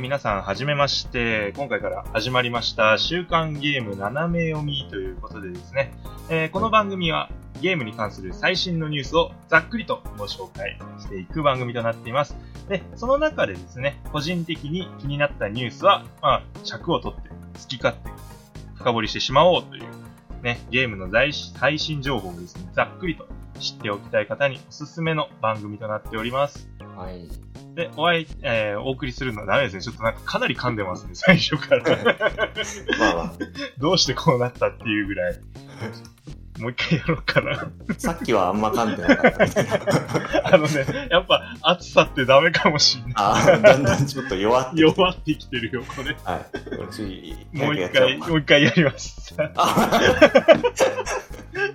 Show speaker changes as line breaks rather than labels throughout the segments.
皆さん、はじめまして。今回から始まりました、週刊ゲーム斜め読みということでですね、えー、この番組はゲームに関する最新のニュースをざっくりとご紹介していく番組となっています。で、その中でですね、個人的に気になったニュースは、まあ、尺を取って、好き勝手、深掘りしてしまおうという、ね、ゲームの最新情報をですね、ざっくりと知っておきたい方におすすめの番組となっております。
はい。
で、お会い、えー、お送りするのはダメですね。ちょっとなんかかなり噛んでますね、最初から。
まあまあ。
どうしてこうなったっていうぐらい。もう一回やろうかな。
さっきはあんま噛んでなかったみ たいな。
あのね、やっぱ暑さってダメかもしんない。
ああ、だんだんちょっと弱って
きてる。弱ってきてるよ、これ。
はい。
もう一回、もう一回やります。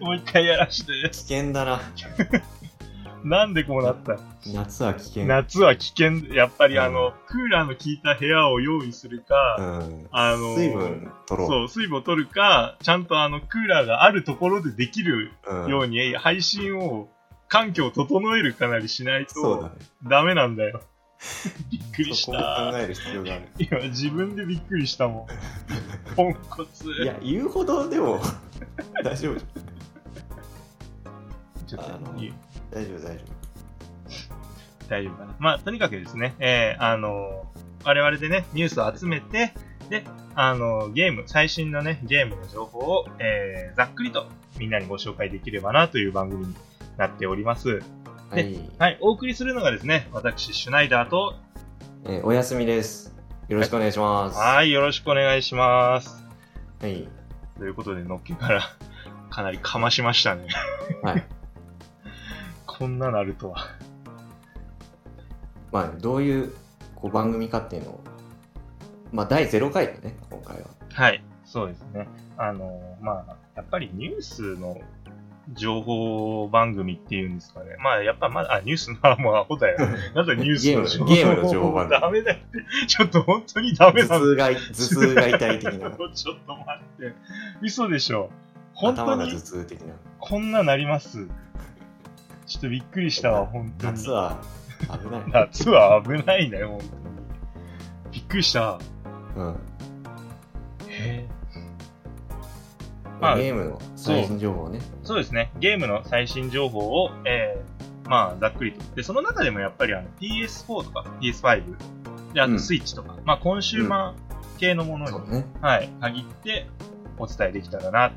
もう一回やらして。
危険だな。
なんでこうなった
夏は危険。
夏は危険。やっぱりあの、うん、クーラーの効いた部屋を用意するか、うん、あの、
水分取ろう。
そう、水分を取るか、ちゃんとあの、クーラーがあるところでできるように、うん、配信を、環境を整えるかなりしないと、ダメなんだ よ。びっくりした。
考える必要がある。
今、自分でびっくりしたもん。 ポンコツ。
いや、言うほどで も、大丈夫じゃん。ちょっと、大丈夫、大丈夫。
大丈夫かな。まあ、とにかくですね、えー、あのー、我々でね、ニュースを集めて、で、あのー、ゲーム、最新のね、ゲームの情報を、えー、ざっくりとみんなにご紹介できればなという番組になっております。はい、はい、お送りするのがですね、私、シュナイダーと、
えー、おやすみです。よろしくお願いします。
はい、よろしくお願いします。
はい。
ということで、のっけから かなりかましましたね
はい。
こんななるとは。
まあ、どういうこう番組かっていうのを、まあ、第0回だね、今回は。
はい、そうですね。あの、まあ、やっぱりニュースの情報番組っていうんですかね。まあ、やっぱまだ、あ、ニュースの、 あ、もうアホだよ。 なんだニュース
の情報ゲームの情報番組。
ダメだって。ちょっと本当にダメだ
頭痛が、頭痛が痛い的な。
ちょっと待って。嘘でしょ。本当に。
頭頭痛的な。
こんななります。ちょっとびっくりしたわ、本当に。
夏は危ない。
夏は危ないね、本当に。びっくりした。
うん。
へえ。
まあ、ゲームの最新情報ね
そう。そうですね。ゲームの最新情報を、えー、まあ、ざっくりと。で、その中でもやっぱりあの PS4 とか PS5、で、あとスイッチとか、うん、まあ、コンシューマー系のものに、うんね、はい、限ってお伝えできたらな、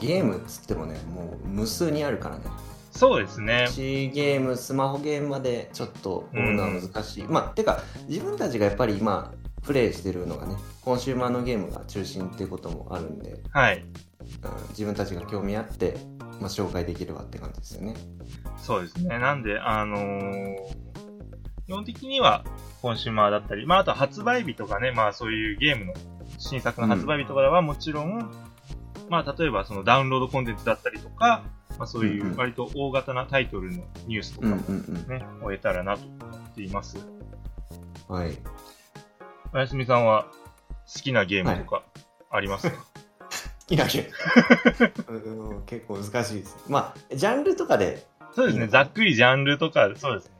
ゲームっつってもね、もう無数にあるからね。
そうですね。
PC ゲーム、スマホゲームまでちょっと追うのは難しい。うん、まあ、てか、自分たちがやっぱり今、プレイしてるのがね、コンシューマーのゲームが中心っていうこともあるんで、
はい。
うん、自分たちが興味あって、まあ、紹介できればって感じですよね。
そうですね。なんで、あのー、基本的にはコンシューマーだったり、まあ、あと発売日とかね、まあ、そういうゲームの新作の発売日とかはもちろん、うんまあ、例えばそのダウンロードコンテンツだったりとか、まあ、そういう割と大型なタイトルのニュースとかもね、うん終えたらなと思っています。
はい。、
おやすみさんは好きなゲームとかありますか、はい
好きなゲーム結構難しいです。まあ、ジャンルとかで。
そうですね、ざっくりジャンルとか、そうですね。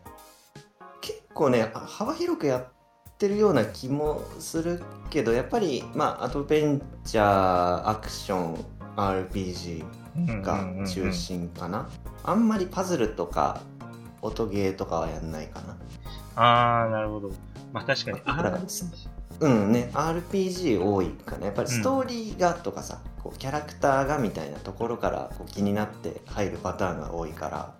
結構ね、幅広くやってるような気もするけどやっぱりまあアドベンチャーアクション RPG が中心かな、あんまりパズルとか音ゲーとかはやんないかな
あーなるほどまあ確かに
だからうんね RPG 多いかなやっぱりストーリーがとかさ、うん、こうキャラクターがみたいなところからこう気になって入るパターンが多いから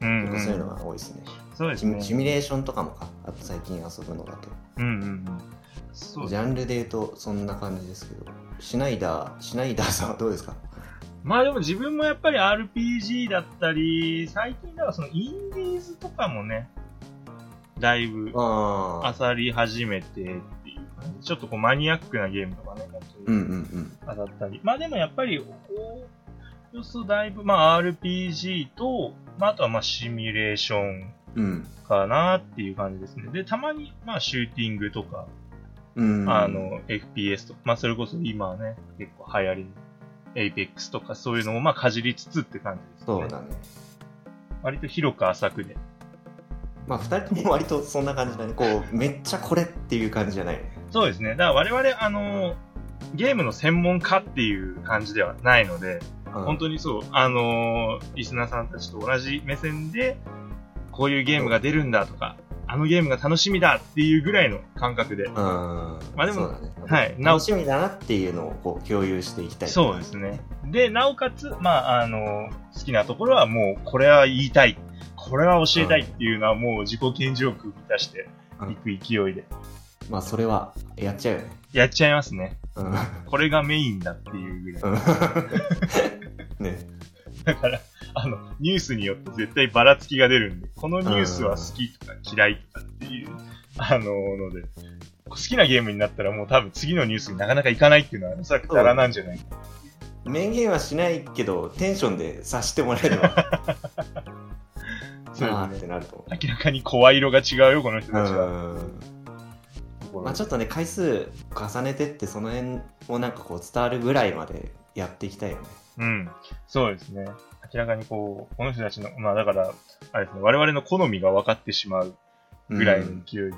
うん、うん、そういうのが多いですね。
そうですね。
シミュレーションとかもか、あと最近遊ぶのだと。
うんうんうん。
そうジャンルで言うとそんな感じですけど、シュナイダー、シュナイダーさんはどうですか
まあでも自分もやっぱり RPG だったり、最近ではそのインディーズとかもね、だいぶあさり始めてっていう感じ。ちょっとこうマニアックなゲームとかね、あさったり。まあでもやっぱり、およそだいぶ、まあ RPG と、まあ、あとはまあシミュレーションかなっていう感じですね。うん、で、たまにまあシューティングとか、うん、あの FPS とか、まあ、それこそ今はね、結構流行りの APEX とかそういうのもまあかじりつつって感じですね。
そうだね。
割と広く浅くで
まあ2人とも割とそんな感じだねこ うめっちゃこれっていう感じじゃない
そうですねだから我々あのゲームの専門家っていう感じではないので、
うん
本当にそうあのリスナーさんたちと同じ目線でこういうゲームが出るんだとか、あのゲームが楽しみだっていうぐらいの感覚で、
ま
まあでも
そうだ、ね
はいなお
楽しみだなっていうのをこう共有していきたい
そうですね。で、なおかつ、まあ、あの、好きなところはもう、これは言いたい、これは教えたいっていうのはもう自己顕示欲満たしていく勢いで、
まあそれはやっちゃうよね
やっちゃいますね。
うん
これがメインだっていうぐらい。
うん ね
だから、あの、ニュースによって絶対ばらつきが出るんで、このニュースは好きとか嫌いとかっていう、あのので、好きなゲームになったらもう多分次のニュースになかなかいかないっていうのはおそらくざらなんじゃないか。
明言はしないけどテンションで察してもらえれば
そう
あー
で
っ
すね。
てなると思う
明らかに声色が違うよ、この人たちは。
うんまあちょっとね回数重ねてってその辺をなんかこう伝わるぐらいまでやっていきたいよね
うん。そうですね。明らかにこう、この人たちの、まあだから、あれですね、我々の好みが分かってしまうぐらいの
うん
勢いで。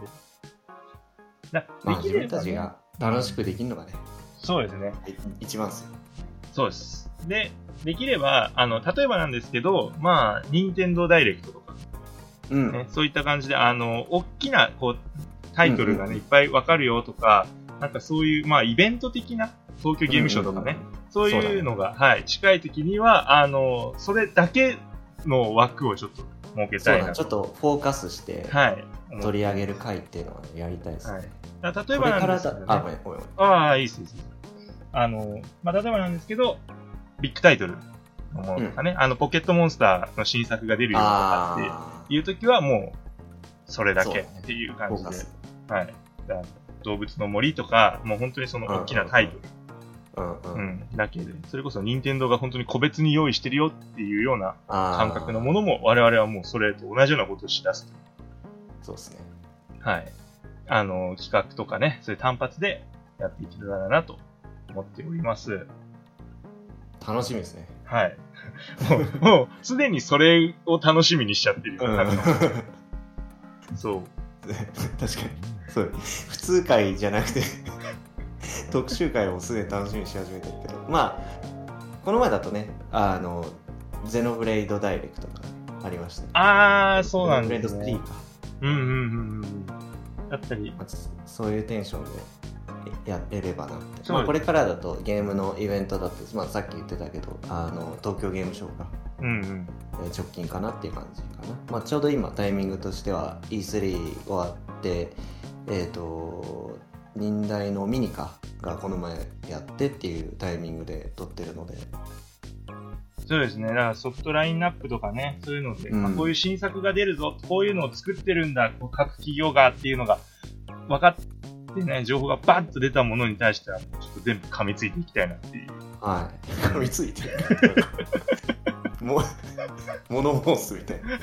な
まあ
で
自
きれ
分
ば
た
ね
ちが楽しくできるのがね
そうですね。
一番ですよ
そうです。で、できれば、あの、例えばなんですけど、まあ、任天堂ダイレクトとか
うん、
ね、そういった感じで、あの、大きな、こう、タイトルが
うんうんう
ね、
ん
いっぱい分かるよとか、なんかそういう、まあ、イベント的な、東京ゲームショウとかね、そういうのが、はい、近い時には、あの、それだけの枠をちょっと設け
そう
たい
だね
な
ちょっとフォーカスして
はい。思っ
取り上げる回っていうのはやりたいですね、
はいだから例え
これ
ば
か
なん
ら
ですけ
だ
ど、ね、
あごめんごめんごめん
ああ、いいです、いいです。あの、まあ、例えばなんですけど、ビッグタイトルのものとかね、あの、ポケットモンスターの新作が出るよとか
あ
っ
ー
ていう時は、もう、それだ
そう
け
だ
っ
ね
ていう感
フォ
じ
ー
で、
カス
はい。だから動物の森とか、もう本当にその大きなタイトル、
うんうん、
うんだけで、それこそ任天堂が本当に個別に用意してるよっていうような
感
感覚のものも、我々はもうそれと同じようなことをしだす
そうですね
はい。あの、企画とかね、そういう単発でやっていけたらなと思っております。
楽しみですね
はい。もう、もうすでにそれを楽しみにしちゃってるよ、
うん
多
確
分
か
そう。
にそう普通回じゃなくて 特集回をすでに楽しみにし始めてるけどまあこの前だとねあのゼノブレイドダイレクトがありましたね
あー、そうなん
ゼノ
で
ブ
す
レイ
ね
ド3。か、
うんうんうんうん。だったり、
まあ、そそういうテンションでやれればなって、
そう
まあ、これからだとゲームのイベントだって、まあ、さっき言ってたけどあの東京ゲームショウか
うんうん。
えー直近かなっていう感じかな、まあ、ちょうど今タイミングとしては E3 終わってえっ、と忍耐のミニカがこの前やってっていうタイミングで撮ってるので
そうですね。だからソフトラインナップとかね、そういうので、
うん
あこういう新作が出るぞ、こういうのを作ってるんだ、こう各企業がっていうのが分かってね、情報がバッと出たものに対しては、ちょっと全部噛みついていきたいなっていう。
はい噛みついてるもう物申すみたいな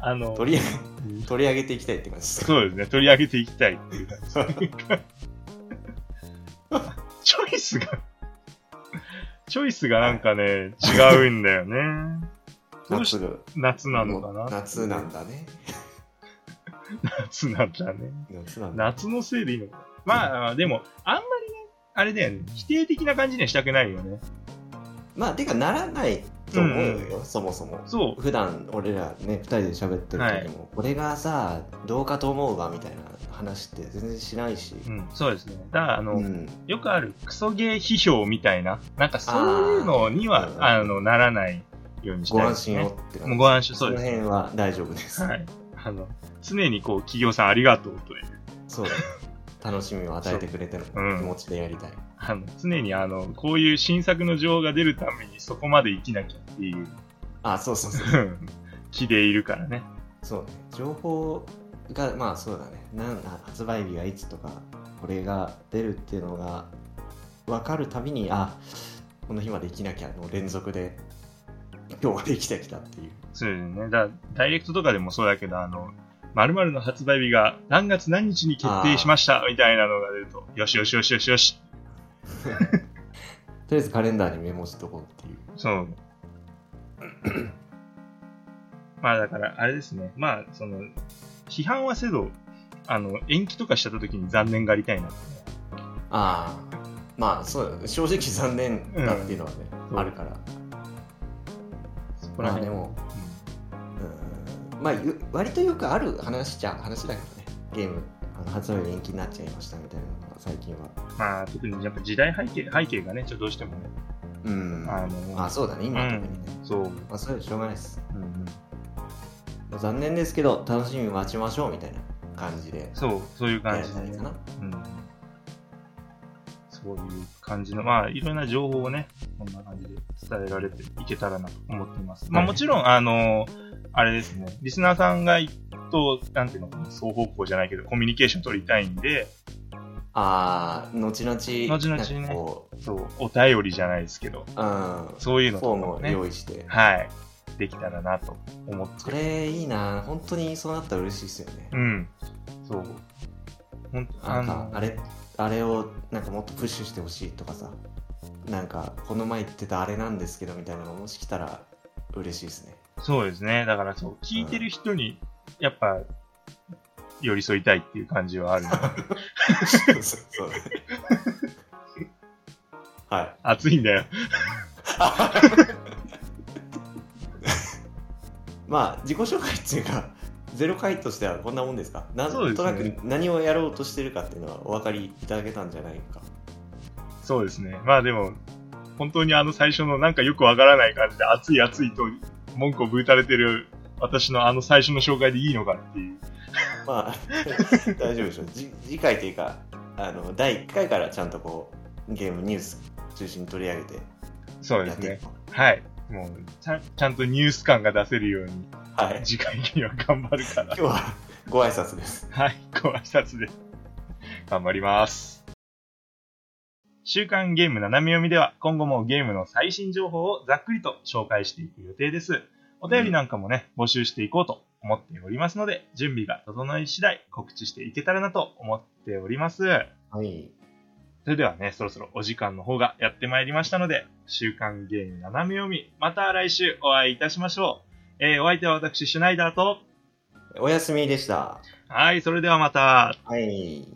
あの、
取り上げ取り上げていきたいって感じです
そうですね、取り上げていきたいっていう。 チョイスが、チョイスがなんかね、違うんだよね。どうし
夏が
夏なのかな
夏なんだね
夏なんだね。
夏なんだ
夏のせいでいいのか。まあ、でも、あんまりね、あれだよね、否定的な感じにはしたくないよね。
まあてかならないと思うよ、
うん
そもそも
そ
普段俺らね2人で喋ってる時も、俺がさどうかと思うわみたいな話って全然しないし、
う。うん、そうですね。だから、あの、
うん、
よくあるクソゲー批評みたいな、なんかそういうのには、
あ
あ
ー
の、ならないようにした
ご
い、
安心を。っ
もう
て感じ
ご安心、そ
そうの
ですね
辺は大丈夫です、
はい。あの、常にこう、企業さんありがとうという、
そうだね楽しみを与えてくれてる気
ううん
持ちでやりたい、
あの、常にあの、こういう新作の情報が出るためにそこまで生きなきゃっていう、
あそうそうそう
気でいるからね。
そうね情報がまあそうだねなんあ発売日はいつとかこれが出るっていうのが分かるたびにあこの日まで生きなきゃの連続で今日まで生きてきたっていう
そうですね。だダイレクトとかでもそうだけど、あの、〇〇の発売日が何月何日に決定しましたみたいなのが出ると、よしよしよしよしよし。
とりあ えずカレンダーにメモしとこうっていう
そう。まあだから、あれですね。まあ、その、批判はせど、あの、延期とかしちゃった時に残念がりたいなって、ね。
ああまあそう正直残念だっていうのはね、
うん
あるから
そこら
まあ
辺
でもうんまあゆ割とよくある話っちゃ話だけどねゲームあの発売日延期になっちゃいましたみたいなのが最近は
うんまあ、特にやっぱ時代背景、背景がね、ちょっとどうしてもね、
うん
あ
あ
の、
そうだね今特にね、
うん、そう。
まあそれはしょうがないです
うんうん
残念ですけど楽しみ待ちましょうみたいな感じで
そう、そういう
や
感
れ
じ
たらいいかな
うん。そういう感じの、まあ、いろんな情報をね、こんな感じで伝えられていけたらなと思っています。まあ、
はい
もちろん、あの、あれですね、リスナーさんが、と、なんていうの、双方向じゃないけど、コミュニケーション取りたいんで、
ああ後々
々ね
なんかこう
そう、お便りじゃないですけど、
うん
そういうの
フォ
とか
ーム
も
を
ね、
用意して、
はい、できたらなと思って
これいいな本当にそうなったら嬉しいですよね、
うん。そう。ほんと、
な
あ
んか
の、
あれあれをなんかもっとプッシュしてほしいとかさなんかこの前言ってたあれなんですけどみたいなのがもし来たら嬉しいで すね
そうですね。だからそう、聞いてる人に、やっぱ、寄り添いたいっていう感じはある。
そうそうはい
暑いんだよ。
まあ自己紹介っていうかゼロ回としてはこんなもんですかなん
そうです
と
ね
なく何をやろうとしてるかっていうのはお分かりいただけたんじゃないか
そうですね。まあでも、本当にあの最初のなんかよくわからない感じで、暑い暑いと文句をぶーたれてる私のあの最初の紹介でいいのかっていう。
まあ 大丈夫でしょうじ次回というかあの第1回からちゃんとこうゲームニュース中心に取り上げて
そうで
やっ
す
てい
ね。
こう
はい。もうちゃん、ちゃんとニュース感が出せるように、
はい
次回には頑張るから
今。日はご挨拶です
はい、ご挨拶で頑張ります。週刊ゲーム斜め読みでは今後もゲームの最新情報をざっくりと紹介していく予定です。お便りなんかもね、募集していこうと思っておりますので、準備が整い次第告知していけたらなと思っております。
はい
それではね、そろそろお時間の方がやってまいりましたので、週刊ゲーム斜め読み、また来週お会いいたしましょう。えー、お相手は私、シュナイダーと、
お休みでした
はい、それではまた。
はい